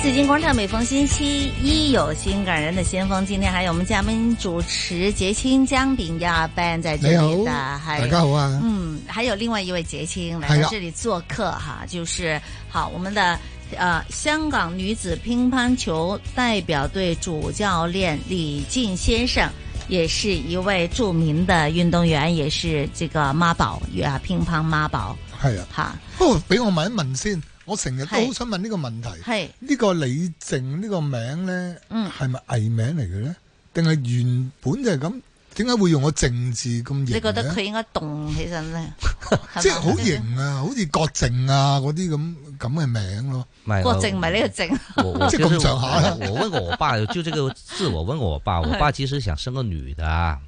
紫金广场每逢星期一有新感人的先锋，今天还有我们嘉宾主持杰青姜炳亚 Ben 在这里的，大家好啊，嗯，还有另外一位杰青来到这里做客哈，就是好我们的呃香港女子乒乓球代表队主教练李静先生。也是一位著名的運動員，也是這個孖寶啊，乒乓孖寶。係啊，嚇！嗯不過俾我問一問先，我成日都好想問呢個問題。係呢個李靜呢個名咧，嗯係咪藝名嚟嘅咧？定係原本就係咁？點解會用個靜字咁型？你覺得佢應該動起身 咧？即係好型啊，好似郭靖啊嗰啲咁咁嘅名咯。郭靖咪呢個靖？ 即係咁上下啦。我問過我爸，就這個字，我問過 我爸，我爸其實想生個女的，啊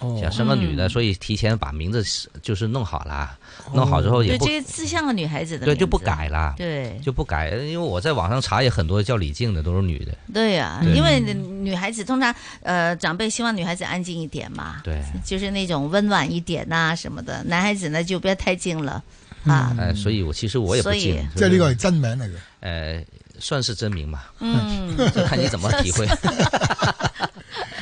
哦想生個女嗯的，所以提前把名字就是弄好了，哦弄好之後也對，這個字像個女孩子的，對就不改了，對就不改，因為我在網上查也很多叫李靜的都是女的。對呀，啊因為女孩子通常，呃，長輩希望女孩子安靜一點嘛，對，嗯就是那種溫婉一點呐什麼的，男孩子呢就不要太靜了嗯啊。哎所以我其實我也不靜，即係呢個係真名嚟嘅。誒，呃算是真名吧， 嗯，就看你怎麼體會。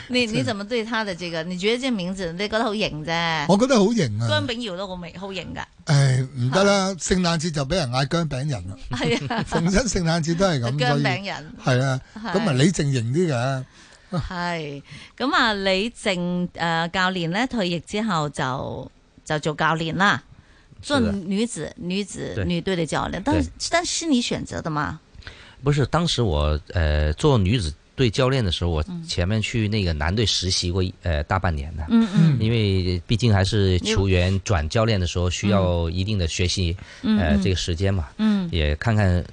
你你怎麼對他的這個？你覺得這名字你覺得好型啫？我覺得好型啊！姜炳耀都好美好 型噶，誒唔得啦！聖誕節就俾人嗌姜餅人啦，係啊，逢親聖誕節都係 咁，姜所以餅人係啊，咁啊李靜型啲嘅。係咁啊！李靜誒、呃教練咧退役之後就就做教練啦，做是的女子女子對女隊的教練。但是但是你選擇的嘛？ 不是，当时我呃做女子队教练的时候，我嗯前面去那个男队实习过一呃大半年的，嗯嗯因为毕竟还是球员转教练的时候需要一定的学习，嗯呃嗯这个时间嘛，嗯，也看看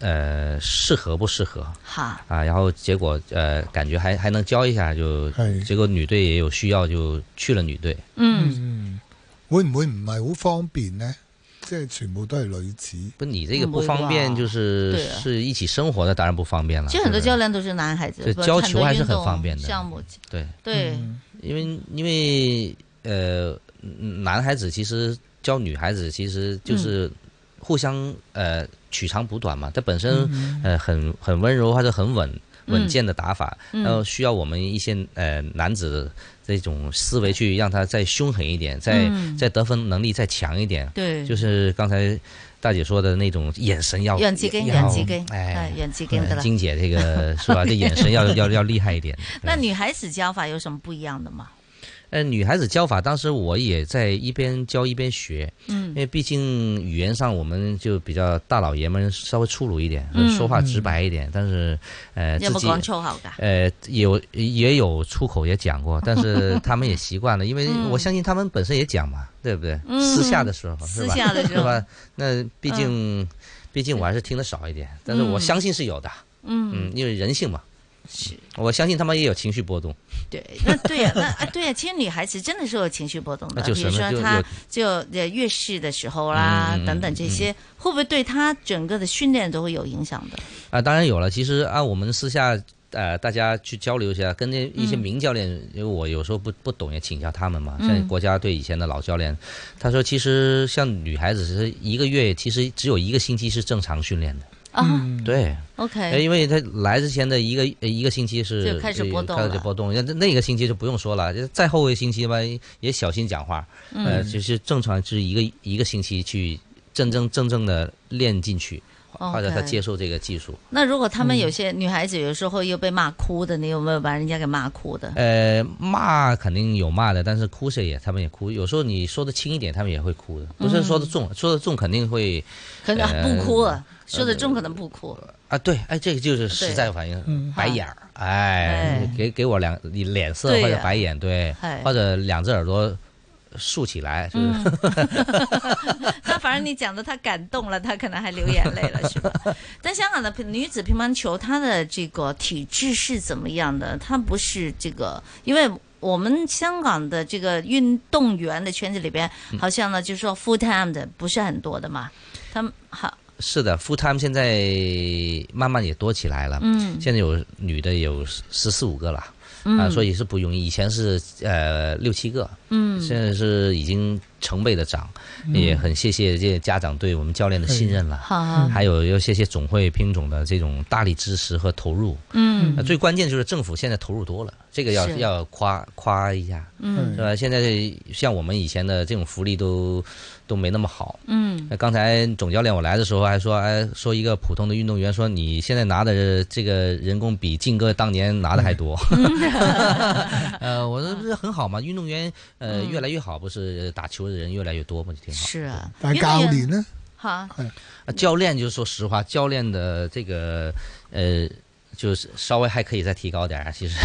呃适合不适合好，啊，然后结果呃感觉还还能教一下，就结果女队也有需要，就去了女队。嗯嗯，會唔會唔係好方便呢？即係全部都係女子。不，你这个嗯不不会方便，吧就是对啊是一起生活的当然不方便了。其实很多对不对教練都是男孩子，对不教很球多还是運很動方便的嗯项目对。对，因为因为呃，嗯男孩子其实教女孩子其实就是互相、呃取长补短嘛，他本身、呃很很温柔或者很稳。稳健的打法，嗯然后需要我们一些呃男子的这种思维去让他再凶狠一点，再、嗯再得分能力再强一点。对就是刚才大姐说的那种眼神要楊紫荊，要楊紫荊，哎哎，，楊紫荊的啦。金姐这个是吧？这眼神 要要要厉害一点。那对女孩子教法有什么不一样的吗？呃，女孩子教法，当时我也在一边教一边学，因嗯为毕竟语言上我们就比较大老爷们稍微粗鲁一点，嗯说话直白一点，但是呃有自冇己講粗口㗎？呃有也有出口也讲过，但 是他们也习惯了，因为我相信他们本身也讲嘛，对不对？嗯私下的时候是私吧？下的时是候吧？那毕竟、毕竟我还是听得少一点，但是我嗯相信是有的，嗯，嗯，因为人性嘛，是。我相信他们也有情绪波动。对，那对呀、那啊对呀、其实女孩子真的是有情绪波动的，那就啊比是如说那就她就呃月事的时候啦，嗯嗯等等这些，会不会对她整个的训练都会有影响的？啊，当然有了。其实啊，我们私下呃，大家去交流一下，跟那一些嗯名教练，因为我有时候不不懂，也请教他们嘛。嗯像国家队以前的老教练，他说，其实像女孩子是一个月，其实只有一个星期是正常训练的。啊、对， o k 因为他来之前的一个呃一个星期是就开始波动开了始波动。那那个星期就不用说了，再后一个星期吧，也小心讲话。嗯呃，就是正常是一个一个星期去真正真正的练进去，或者他嗯 OK 接受这个技术。那如果她们有些女孩子有时候又被骂哭的，你有没有把人家给骂哭的？呃，骂肯定有骂的，但是哭谁也，他们也哭。有时候你说的轻一点，他们也会哭的。不是说嗯的重，说的重肯定会可能不哭呃啊，说的重可能不哭，啊，对，哎，这个就是实在反应，白眼儿，哎哎，给给我两你脸色对呀或者白眼，对哎，嗯或者两只耳朵竖起来，就是那 反正你讲的他感动了，他可能还流眼泪了，是吧？但香港的女子乒乓球，她的这个体制是怎么样的？她不是这个，因为我们香港的这个运动员的圈子里边，好像呢，就是说 full time 的不是很多的嘛。他们好， 是的，full time 现在慢慢也多起来了，嗯现在有女的有十四五个了。啊，嗯所以是不容易。以前是呃六七个，嗯现在是已经成倍的涨，也很谢谢这些家长对我们教练的信任了，好好，还有要谢谢总会乒总的这种大力支持和投入。嗯呃最关键就是政府现在投入多了，这个要是要夸夸一下，嗯是吧？现在像我们以前的这种福利都都没那么好，嗯那呃刚才总教练我来的时候还说，哎，说一个普通的运动员说你现在拿的这个人工比靖哥当年拿的还多。 呃，我说不是很好嘛，运动员呃越来越好，不是打球的人越来越多嘛，就挺好。是啊，但係因為教練呢，好，啊教练就是说实话，教练的这个呃。就是稍微还可以再提高点儿，啊 其实，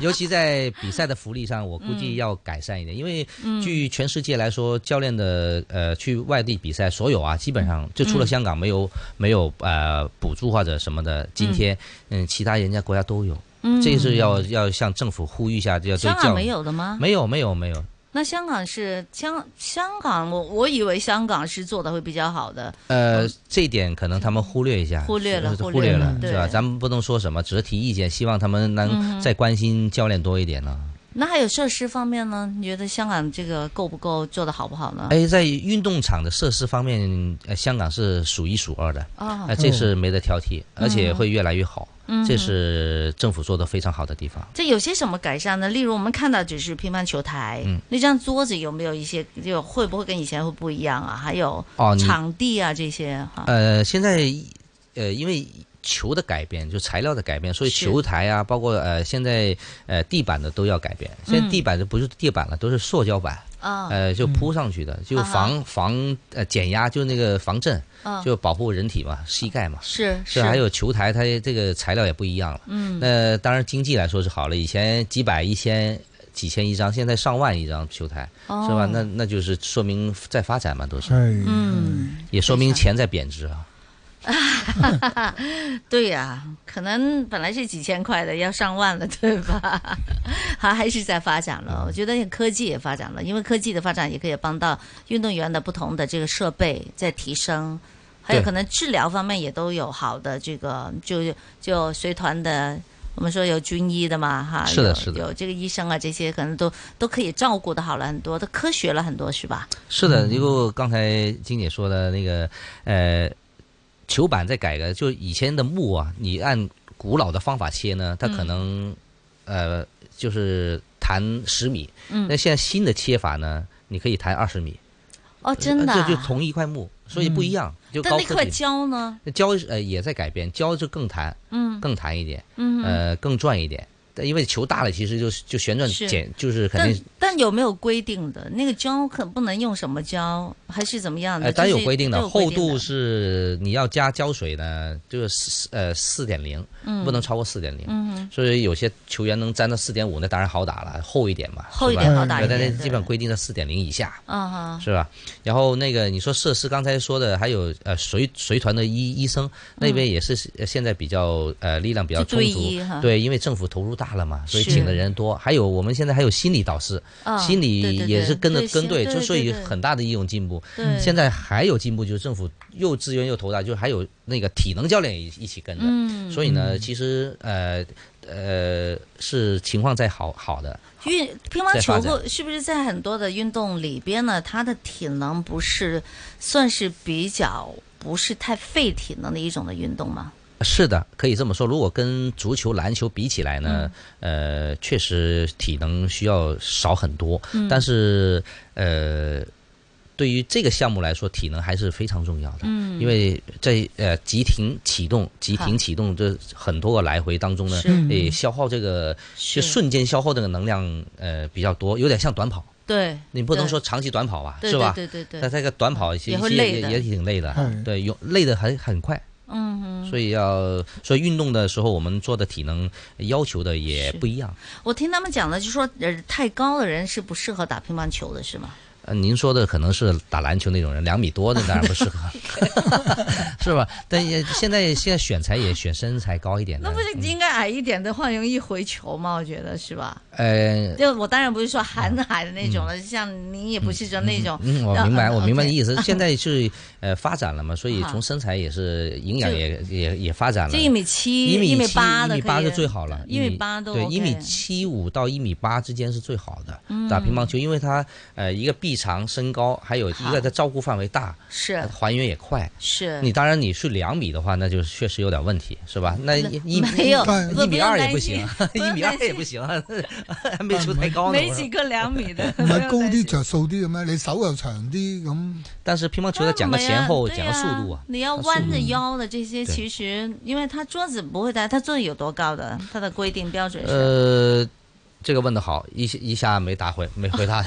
尤其在比赛的福利上，我估计嗯要改善一点，因为据全世界来说，教练的呃去外地比赛，所有啊，基本上就除嗯了香港没有、没有呃补助或者什么的津贴，嗯，其他人家国家都有，嗯，这是要要向政府呼吁一下，就要对香港教没有的吗？没有没有没有，那香港是香香港，我我以为香港是做的会比较好的，呃，这一点可能他们忽略一下，忽略了是忽忽略略了了，对嗯是吧？咱们不能说什么，只是提意见，希望他们能再关心教练多一点呢。那还有设施方面呢？你觉得香港这个够不够做得好不好呢？哎，在运动场的设施方面，呃，香港是数一数二的，啊呃，，这是没得挑剔，而且会越来越好，嗯这是政府做的非常好的地方。这有些什么改善呢？例如我们看到只是乒乓球台，嗯那张桌子有没有一些就会不会跟以前会不一样啊？还有哦，你场地啊这些哈，呃，现在呃，因为球的改变，就材料的改变，所以是球台啊，包括呃，现在呃地板的都要改变。现嗯在地板就不是地板了，都是塑胶板。啊呃，就铺上去的，就啊哈防防呃减压，就那个防震，啊，就保护人体嘛，膝盖嘛。是是，还有球台，它这个材料也不一样了。嗯，那当然经济来说是好了，以前几百、一千、几千一张，现在上万一张球台，哦是吧？那那就是说明在发展嘛，都是，係嗯，也说明钱在贬值啊。对呀、可能本来是几千块的，要上万了，对吧？ 还还是在发展嗯了，我觉得科技也发展了，因为科技的发展也可以帮到运动员的不同的这个设备在提升，还有对可能治疗方面也都有好的这个，就就随团的。我们说有军医的嘛，哈，是的有是的有这个医生啊，这些可能都都可以照顾的好了很多，都科学了很多，是吧？是的，如果刚才金姐说的那个，呃，球板再改革，就以前的木啊，你按古老的方法切呢，它可能、呃就是弹十米，嗯那现在新的切法呢，你可以弹二十米，哦，真的、呃啊嗯这就同一块木，所以不一样，就但高那科块技。胶呢？那胶呃也在改变，胶就更弹，嗯更弹一点，嗯，呃更转一点。但因为球大了，其实就就旋转是减，就是肯但定但有没有规定的？那个胶可不能用什么胶，还是怎么样的？呃，当然就是有规定啊都的，有规厚定度的是你要加胶水呢，就是四呃四点零，不能超过四点零。嗯所以有些球员能粘到四点五，那当然好打了，厚一点嘛，厚一是吧点好打一但点，是对基本规定在四点零以下，啊哈是吧？然后那个你说设施，刚才说的还有呃随随团的医医生那边也是嗯呃现在比较呃力量比较就充对足医哈，对，因为政府投入大了嘛，所以是请的人多。还有我们现在还有心理导师，啊，心理也是跟着跟对，队，就所以很大的一种进步。现在在还有进步，就是政府又资源又投大，就是还有那个体能教练也一一起跟着。嗯，所以呢，其实呃呃是情况在好好的，运乒乓在球发展会是不是在很多的运动里边呢？它的体能不是算是比较不是太费体能的一种的运动吗？是的，可以这么说。如果跟足球、篮球比起来呢，嗯呃，确实体能需要少很多，但是呃。对于这个项目来说，体能还是非常重要的，嗯、因为在呃急停启动、急好停启动这很多个来回当中呢是，嗯也消耗这个就是瞬间消耗这个能量，呃，比较多，有点像短跑。对，你不能对说长期短跑吧，对是吧？对对对那对，这个短跑其也会实累也的也挺累的，嗯对，有累的很很快，嗯哼，所以要所以运动的时候，我们做的体能呃要求的也不一样。我听他们讲了，就说呃太高的人是不适合打乒乓球的，是吗？呃，您说的可能是打篮球那种人，两米多的当然不适 合， 是吧？但也现在现在选材也选身材高一点的那，不是应该矮一点的话容易回球吗？我觉得是吧？呃。就我当然不是说韩海的那种了，像您也不是说那种。嗯嗯，我明白，呃我明白你 OK 意 思。现在是呃发展了嘛，所以好从身材也是营养就也也也发展了。就啊一米七、嗯一米七八一的米可八以就最好了，一米八都对，OK 一嗯米七五到一米八之间是最好的、打乒乓球，因为它呃一个臂长、身高，还有一好嗯个它照顾范围大，是还原也快。是。你当然你是两米的话，那就确实有点问题，是吧？那一 一没有不一米二也不不行， 不用一米二担心也不行， 还没出太高 呢。啊没我说几个两米 的，唔不用係高担啲心着數啲嘅咩？你手又長啲咁，但是乒乓球它讲个个前后，讲个个速度啊。你要它速弯着度腰的这些，对其实因为他桌子不会带，他桌子有多高的，他的规定标准是。呃，这个问的好，一下一下没答回，没 回答，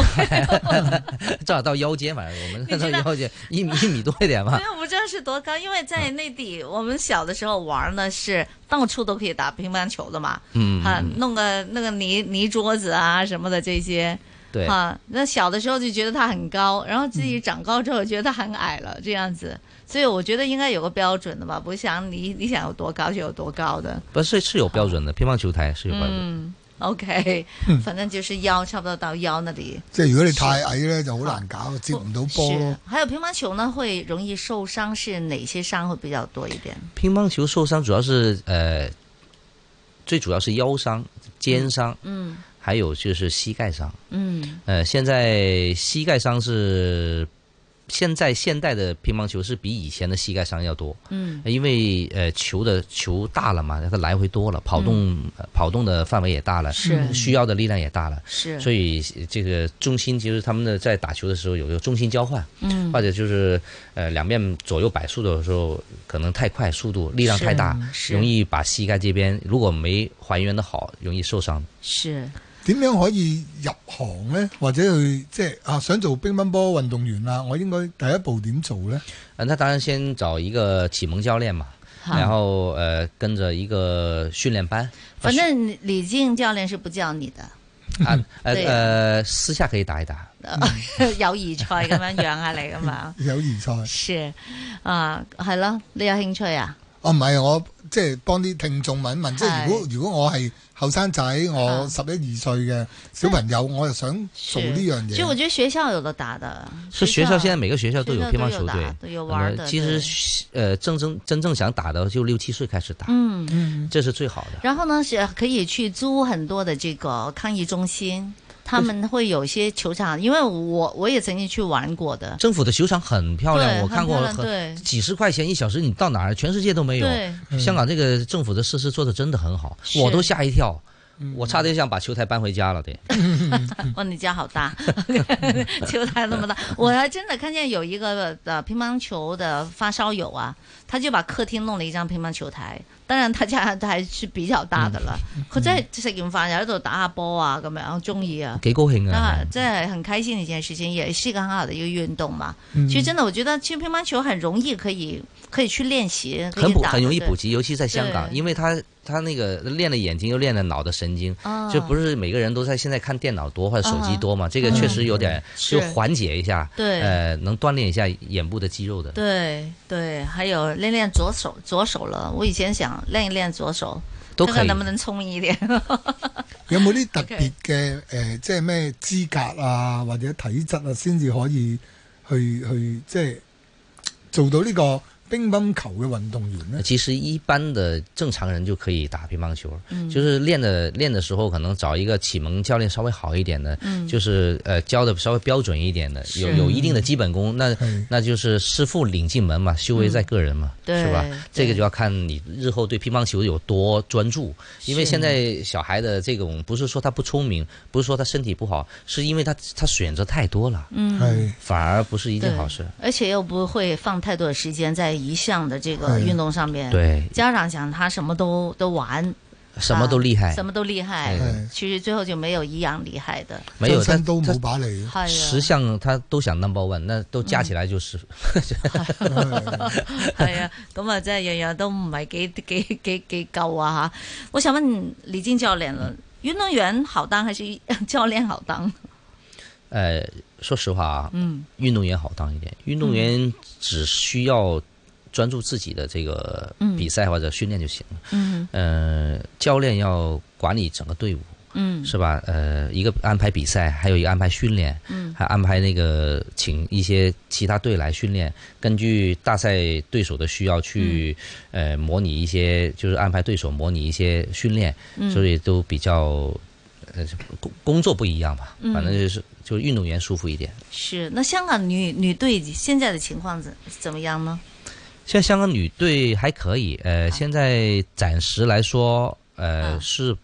正好到腰间，反正我们你知到道腰间一米一米多一点吧 没。有，我不知道是多高，因为嗯在内地，我们小的时候玩呢是到处都可以打乒乓球的嘛，嗯，啊，弄个那个泥泥桌子啊什么的这些，对，嗯啊，那小的时候就觉得它很高，然后自己长高之后觉得它很矮了，这样子，所以我觉得应该有个标准的吧，不想你你想有多高就有多高的，不是是有标准的，乒乓球台是有标准的。嗯，OK，反 正就是腰差不多到腰那里。即係如果你太矮咧就好難搞，哦接唔到波是咯。，还有乒乓球呢，会容易受伤，是哪些伤会比较多一点？乒乓球受伤主要是呃，最主要是腰伤、肩伤，嗯还有就是膝盖伤。嗯呃，现在膝盖伤是现在现代的乒乓球是比以前的膝盖伤要多。嗯因为呃球的球大了嘛，它来回多了，跑动、呃跑动的范围也大了，嗯是需要的力量也大了，是，所以呃这个重心其实他们的在打球的时候有一个重心交换，嗯或者就是呃两面左右摆速的时候可能太快，速度力量太大，是容易把膝盖这边如果没还原的好，容易受伤。是點樣可以入行咧？或者去即係啊，想做乒乓波運動員啦，我應該第一步點做咧？。呃，那当然先找一个启蒙教练嘛，好然后呃跟着一个训练班，反正李李静教练是不叫你的，啊 呃对呃私下可以打一打。 友誼賽咁樣養下你噶嘛友誼賽是啊，係咯，你有興趣啊？哦，唔係我即係幫啲聽眾問一問，即係如果如果我係後生仔，我啊十一二歲嘅小朋友，我又想做呢樣其實我嘢，覺得學校有的打的，是学校现在每个学校都学有校乒都乓有球打队都，有那玩么的其对实呃，真正真正想打的就六七岁开始打，嗯。这是最好的。然后呢，是可以去租很多的这个抗疫中心，他们会有一些球场，因为我我也曾经去玩过的，政府的球场很漂亮，对我看过很漂亮对很几十块钱一小时，你到哪儿全世界都没有。对，香港这个政府的设施做的真的很好，是我都吓一跳，我差点想把球台搬回家了得。哇，哦你家好大， 球台那么大，我还真的看见有一个呃乒乓球的发烧友啊，他就把客厅弄了一张乒乓球台，当然他家台是比較大噶啦，嗯佢真係食完飯又喺度打下波啊咁樣，中意啊。给高兴啊那！这很开心的一件事情，也是一个很好的一个运动嘛。嗯其实真的，我觉得其实乒乓球很容易可以可以去练习，可以很补，打很容易对补给，尤其在香港，对因为他他那个练了眼睛又练了脑的神经，啊，就不是每个人都在现在看电脑多或者手啊机多嘛，这个确实有点嗯是就缓解一下，对呃，能锻炼一下眼部的肌肉的。对对，还有练练左手左手了。我以前想练一练左手，都看可看以能不能聪明一点。有冇啲特別嘅誒，即係咩資格啊，或者體質啊，先至可以去去即係做到呢個乒乓球嘅運動員咧？其实一般的正常人就可以打乒乓球，嗯就是练的练的时候，可能找一个启蒙教练稍微好一点的，嗯就是呃教的稍微标准一点的，是有有一定的基本功，那嗯那就是师傅领进门嘛，修为在个人嘛，嗯对是吧对？这个就要看你日后对乒乓球有多专注，因为是现在小孩的这种不是说他不聪明，不是说他身体不好，是因为他他选择太多了，嗯係反而不是一对件好事。，而且又不会放太多的时间在一项的这个对运动上面。，嗯对，家长想他什么都都玩，什么都厉害，啊什么都厉害哎嗯，其实最后就没有一样厉害的。没有周身但都他冇把利。係啊十项他都想 number one，那都加起来就是、係啊，咁啊，真係樣樣都唔係幾幾幾幾夠啊吓！我想問李靜教練啦，運動員好當還是 教練好當？呃，说实话啊，嗯运动员好当一点，运动员只需要专注自己的这个嗯比赛或者训练就行了。嗯呃，教练要管理整个队伍，嗯是吧？呃，一个安排比赛，还有一个安排训练，嗯还安排那个请一些其他队来训练，根据大赛对手的需要去、嗯呃模拟一些，就是安排对手模拟一些训练，嗯所以都比较呃工工作不一样吧，嗯反正就是就是运动员舒服一点。是。那香港女女队现在的情况怎怎么样呢？现在香港女队还可以，呃，现在暂时来说，呃，啊是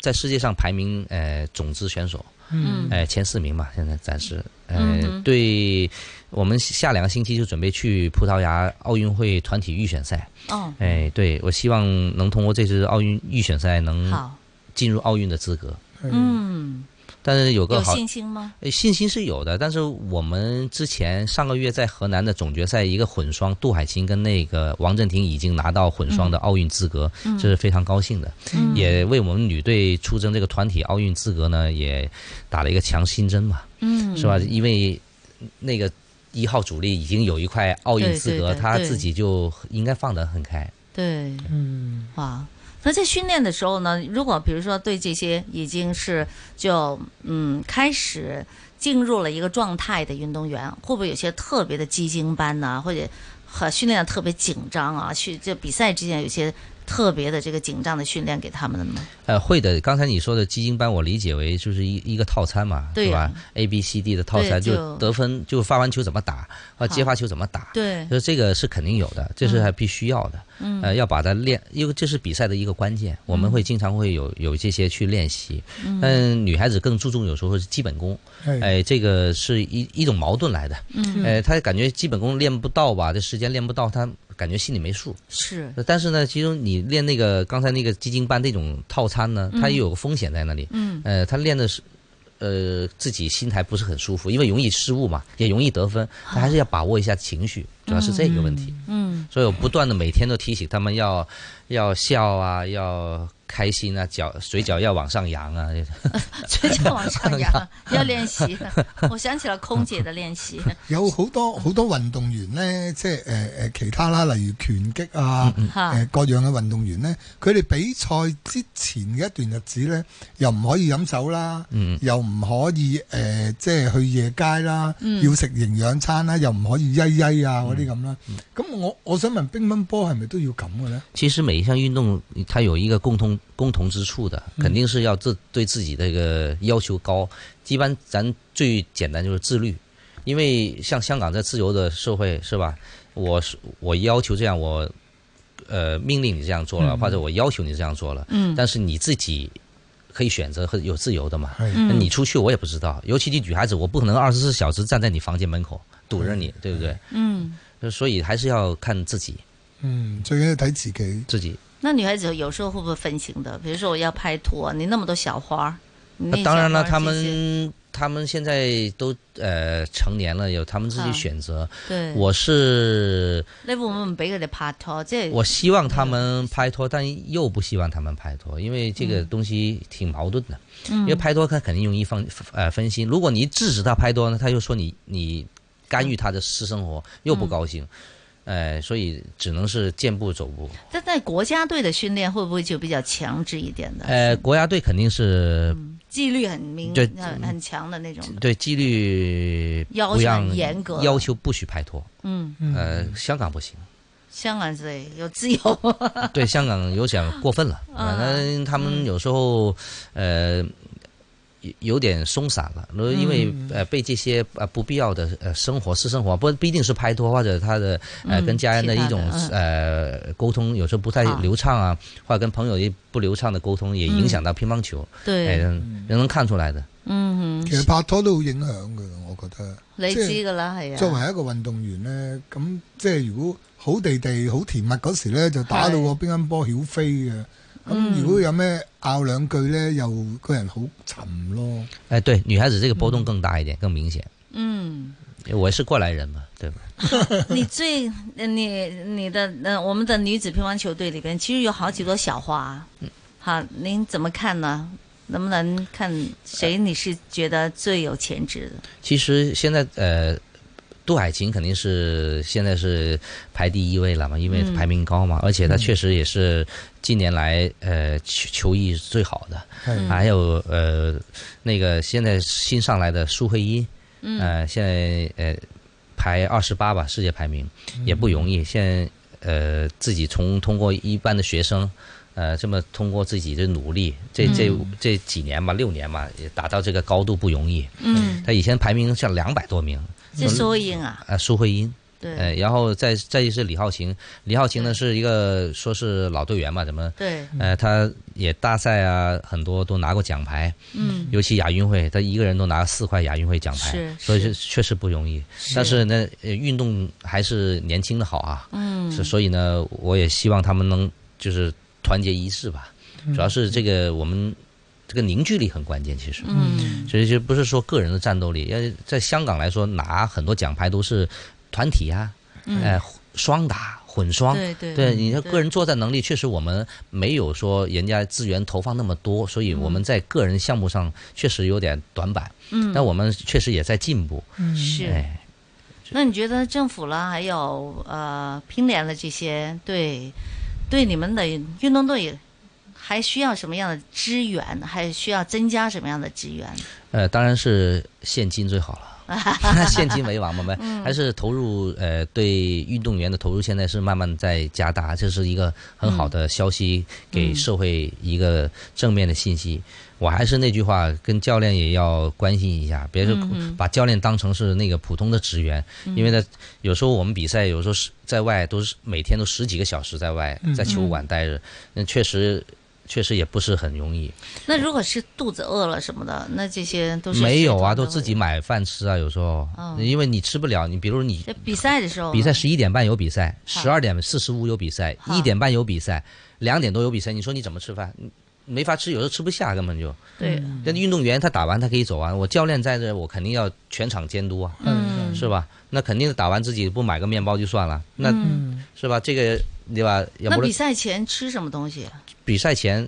在世界上排名呃种子选手，嗯呃前四名吧，现在暂时，呃嗯，哼对我们下两个星期就准备去葡萄牙奥运会团体预选赛，哦，哎、对我希望能通过这次奥运预选赛能好，进入奥运的资格，嗯，但是有个有好信心吗？呃信心是有的，但是我们之前上个月在河南的总决赛，一个混双，杜海清跟那个王振廷已经拿到混双的奥运资格，这是非常高兴的，嗯也为我们女队出征这个团体奥运资格呢，也打了一个强心针嘛，嗯，是吧？？因为那个一号主力已经有一块奥运资对对格，对他对自己就应该放得很开。对，嗯，哇。那在训练的时候呢，如果比如说对这些已经是就嗯开始进入了一个状态的运动员，会不会有些特别的激精班呐、或者和训练的特别紧张啊？去这比赛之前有些特别的这个紧张的训练给他们的吗？呃，会的。刚才你说的基金班，我理解为就是一一个套餐嘛，对是呀吧？A B C D 的套对餐，就就得分，就发完球怎么打，好啊，接发球怎么打，对，所以这个是肯定有的，这是还必须要的。嗯呃，要把它练，因为这是比赛的一个关键，我们会经常会有有这些去练习。嗯，女孩子更注重有时候是基本功，係哎、这个是一一种矛盾来的。嗯，呃，她感觉基本功练不到吧，这时间练不到，她感觉心里没数。是，但是呢，其中你练那个刚才那个基金班那种套餐呢，它也有个风险在那里。嗯呃，他练的是，呃，自己心态不是很舒服，因为容易失误嘛，也容易得分，他还是要把握一下情绪，主要是这个问题。 嗯所以我不断的每天都提醒他们要要笑啊，要开心啊，脚嘴角要往上扬啊。所 以就往上扬，要练 习。我想起了空姐的练习，有好多好多運動員呢，即係誒誒其他啦，例如拳擊嗯啊，誒、哈，哎各樣嘅運動員呢，佢哋比賽之前嘅一段日子呢，又唔可以飲酒啦，嗯又唔可以誒、呃即係去夜街啦，嗯要食營養餐啦，又唔可以曳曳啊嗰啲咁啦。咁、我我想問乒乓波係咪都要咁嘅呢？其实每一项运动它有一个共通共同之处的，嗯肯定是要自对自己的一个要求高。一般咱最简单就是自律，因为像香港这自由的社会是吧？我是我要求这样，我呃命令你这样做了，嗯或者我要求你这样做了，嗯但是你自己可以选择和有自由的嘛。係。嗯那你出去我也不知道，尤其你女孩子，我不可能二十四小时站在你房间门口堵着你，对不对？嗯。所以还是要看自己，嗯，最緊要睇自己。自己那女孩子有时候会不会分心的？比如说我要拍拖，你那么多小花儿，你那那啊当然小了，花他儿这些们他们现在都呃成年了，有他们自己选择。啊对，我是你会唔会唔俾佢哋拍拖？即系我希望他嗯们拍拖，但又不希望他们拍拖，因为这个东西挺矛盾的。嗯因为拍拖他肯定容易放呃分心，如果你制止他拍拖呢，他又说你你干预他的私生活，又嗯不高兴。呃，所以只能是见步走步。但在国家队的训练会不会就比较强制一点的？呃，国家队肯定是纪律很明对很很强的那种的。对纪律要不求让很严格要求不许拍拖。嗯，呃，香港不行。香港队有自 由， 对香港有点过分了，反啊正他嗯们有时候，呃，有有点松散了，嗯因为呃被这些呃不必要的呃生活私生活，不不一定是拍拖或者他的呃嗯跟家人的一种其他的嗯呃沟通，有时候不太啊流畅啊，或者跟朋友也不流畅的沟通，也影响到乒乓球，哎，对，人能看出来的。嗯，其實拍拖都好影響嘅，我覺得。你知噶啦，系啊，作為一個運動員呢，咁即係如果好地地、好甜蜜嗰時呢，就打到個乒乓波曉飛嘅。咁嗯如果有咩拗兩句咧，又個人好沉咯。哎，对，女孩子这个波动更大一点，更明显。嗯，我是过来人嘛，对吧？你最你你的呃，我们的女子乒乓球队里边其实有好几朵小花，啊嗯好，您怎么看呢？能不能看谁你是觉得最有潜质的？其实现在呃，杜海琴肯定是现在是排第一位了嘛，因为嗯排名高嘛，而且她确实也是近年来呃球球艺最好的。嗯係还有呃那个现在新上来的苏慧英，嗯呃，现在呃排二十八吧，世界排名嗯也不容易。现在呃自己从通过一般的学生，呃这么通过自己的努力，这这这几年吧，六年吧，也达到这个高度不容易。嗯，他以前排名像两百多名，这缩影啊，呃，苏慧英，呃，对然后再再就是李浩晴，李浩晴呢对嗯是一个说是老队员嘛，怎么？对，呃，他也大赛啊，很多都拿过奖牌，嗯尤其亚运会，他一个人都拿了四块亚运会奖牌，是所以是是确实不容易。但是呢，呃运动还是年轻的好啊，嗯是所以呢，我也希望他们能就是团结一致吧。嗯主要是这个我们这个凝聚力很关键，其实。嗯其实就不是说个人的战斗力，要是在香港来说，拿很多奖牌都是团体啊，嗯，呃，双打、混双，对对对，你的个人作战能力，确实我们没有说人家资源投放那么多，所以我们在个人项目上确实有点短板，嗯但我们确实也在进步。是。哎，那你觉得政府啦，还有呃乒联的这些，对对你们的运动队还需要什么样的支援？还需要增加什么样的支援？呃，当然是现金最好 了，现金为王嘛，没嗯还是投入呃对运动员的投入现在是慢慢在加大，这是一个很好的消息，嗯给社会一个正面的信息。我还是那句话，跟教练也要关心一下，别是嗯嗯把教练当成是那个普通的职员，因为呢，有时候我们比赛，有时候是在外都是每天都十几个小时在外，嗯在球馆待着，那确实确实也不是很容易。那如果是肚子饿了什么的，那这些都是没有啊，食堂都的自己。买饭吃啊，有时候，嗯因为你吃不了，你比如你这比赛的时候，比赛十一点半有比赛，好十二点四十五有比赛，好一点半有比赛，两点多有比赛，你说你怎么吃饭？你没法吃，有时候吃不下，根本就。对，但运动员他打完他可以走啊，我教练在这，我肯定要全场监督啊，嗯，是吧？那肯定打完自己不买个面包就算了，那、嗯，是吧？这个对吧？要那不比是赛前吃什么东西？比赛前，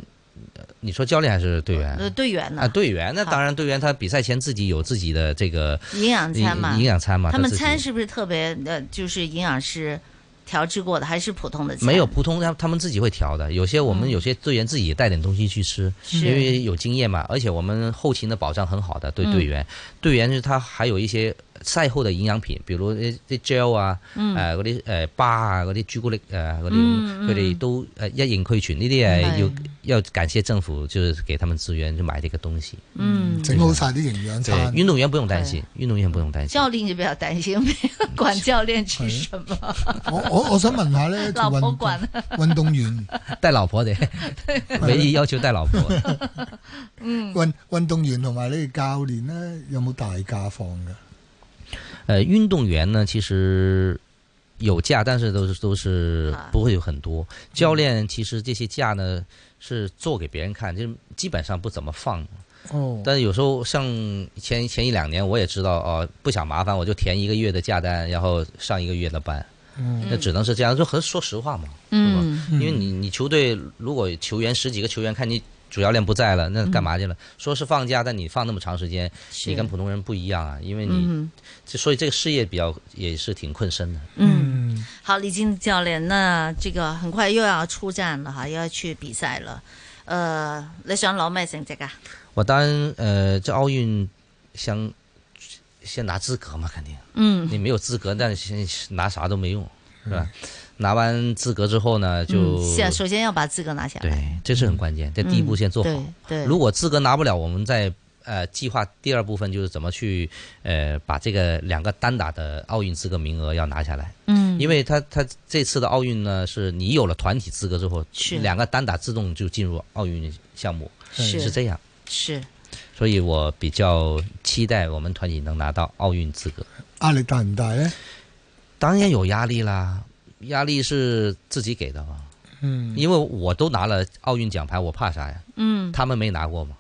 呃你说教练还是队员？呃，队员啊，呢？队员，那好当然，队员他比赛前自己有自己的这个营养餐嘛营，养餐嘛，他们自己餐是不是特别呃，就是营养师调制过的，还是普通的餐？没有普通，他他们自己会调的。有些我们有些队员自己带点东西去吃，嗯是因为有经验嘛，而且我们后勤的保障很好的，对嗯队员，队员是他还有一些赛后的营养品，比如啲啲 gel 啊，誒嗰啲誒巴啊，嗰啲朱古力誒嗰啲，嗯佢哋都誒一應俱全。呢啲誒明要要感謝政府，就是給他們資源去買這個東西。嗯，整好晒啲營養對，餐，運動員不用擔心，運動員不用擔心。教练就比较担心，没有管教练吃嗯什么，我我我想問 下咧，做老婆運動管。 運動 員帶老婆哋，唯一要求帶老婆。嗯運運動員同埋你哋教練咧，有冇大假放㗎？呃，运动员呢，其实有假，但是都是都是啊不会有很多。教练其实这些假呢是做给别人看，就是基本上不怎么放。哦但是有时候像前前一两年，我也知道哦、不想麻烦，我就填一个月的假单，然后上一个月的班，嗯那只能是这样。就很说实话嘛，嗯，因为你你球队如果球员十几个球员看你。主教练不在了，那干嘛去了？说是放假，但你放那么长时间，嗯是你跟普通人不一样啊，因为你嗯就所以这个事业比较也是挺困身的。嗯，嗯，好，李静教练，那这个很快又要出战了哈，又要去比赛了。呃，你想攞咩成績啊？我当然呃，这奥运想先拿资格嘛，肯定嗯你没有资格，但是先拿啥都没用，是吧？拿完资格之后呢，就、嗯先首先要把资格拿下对来，，这是很关键，这第一步先做好。对对，如果资格拿不了，我们再呃计划第二部分就是怎么去呃把这个两个单打的奥运资格名额要拿下来。嗯，因为他他这次的奥运呢，是你有了团体资格之后，是两个单打自动就进入奥运项目，是是这样。是所以我比较期待我们团体能拿到奥运资格。壓力大唔大咧？当然有压力啦，压力是自己给的嘛。嗯，因为我都拿了奥运奖牌，我怕啥呀？嗯，他们没拿过嘛，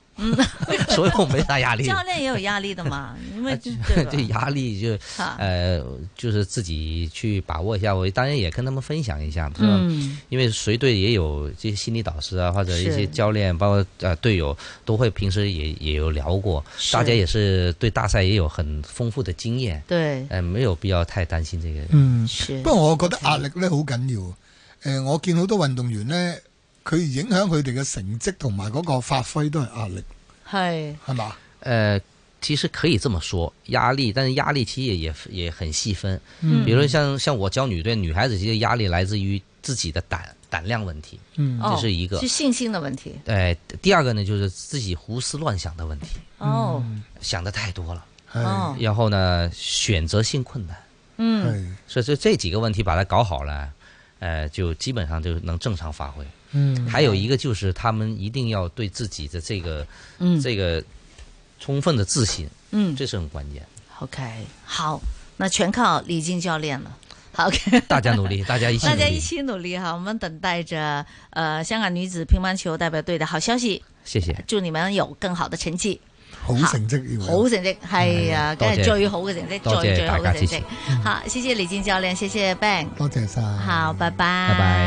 所以我没啥压力。教练也有压力的 嘛，因为就这对吧？压力就哈啊呃，就是自己去把握一下。我当然也跟他们分享一下，是吧？嗯因为随队也有这些心理导师啊，或者一是些教练，包括呃队友，都会平时也也有聊过，是大家也是对大赛也有很丰富的经验，对呃，没有必要太担心这个。嗯，是不過我覺得壓力咧好緊要。誒、我見好多運動員咧，佢影響佢哋嘅成績同埋嗰個發揮都係壓力，系係嘛？呃，其实可以这么说，压力，但是压力其实也也也很细分。嗯比如像像我教女队，女孩子其实压力来自于自己的胆胆量问题，嗯这是一个哦、是信心的问题呃，第二个呢就是自己胡思乱想的问题，哦想的太多了，係哦然后呢选择性困难，嗯係所以这这几个问题把它搞好了。呃，就基本上就能正常发挥。嗯还有一个就是，他们一定要对自己的这个、嗯这个充分的自信，嗯这是很关键。 ，OK，好，那全靠李静教练了。好 OK，大家努力，大家一起努大力。家一起努力哈，我们等待着呃香港女子乒乓球代表队的好消息，谢谢。祝你们有更好的成績。好成績要有好成績係啊，梗嗯哎多謝係最好嘅成績，多謝最最好嘅大家成支持績。好，謝謝李健教練，謝謝 Bang，多謝晒。好，拜拜，拜拜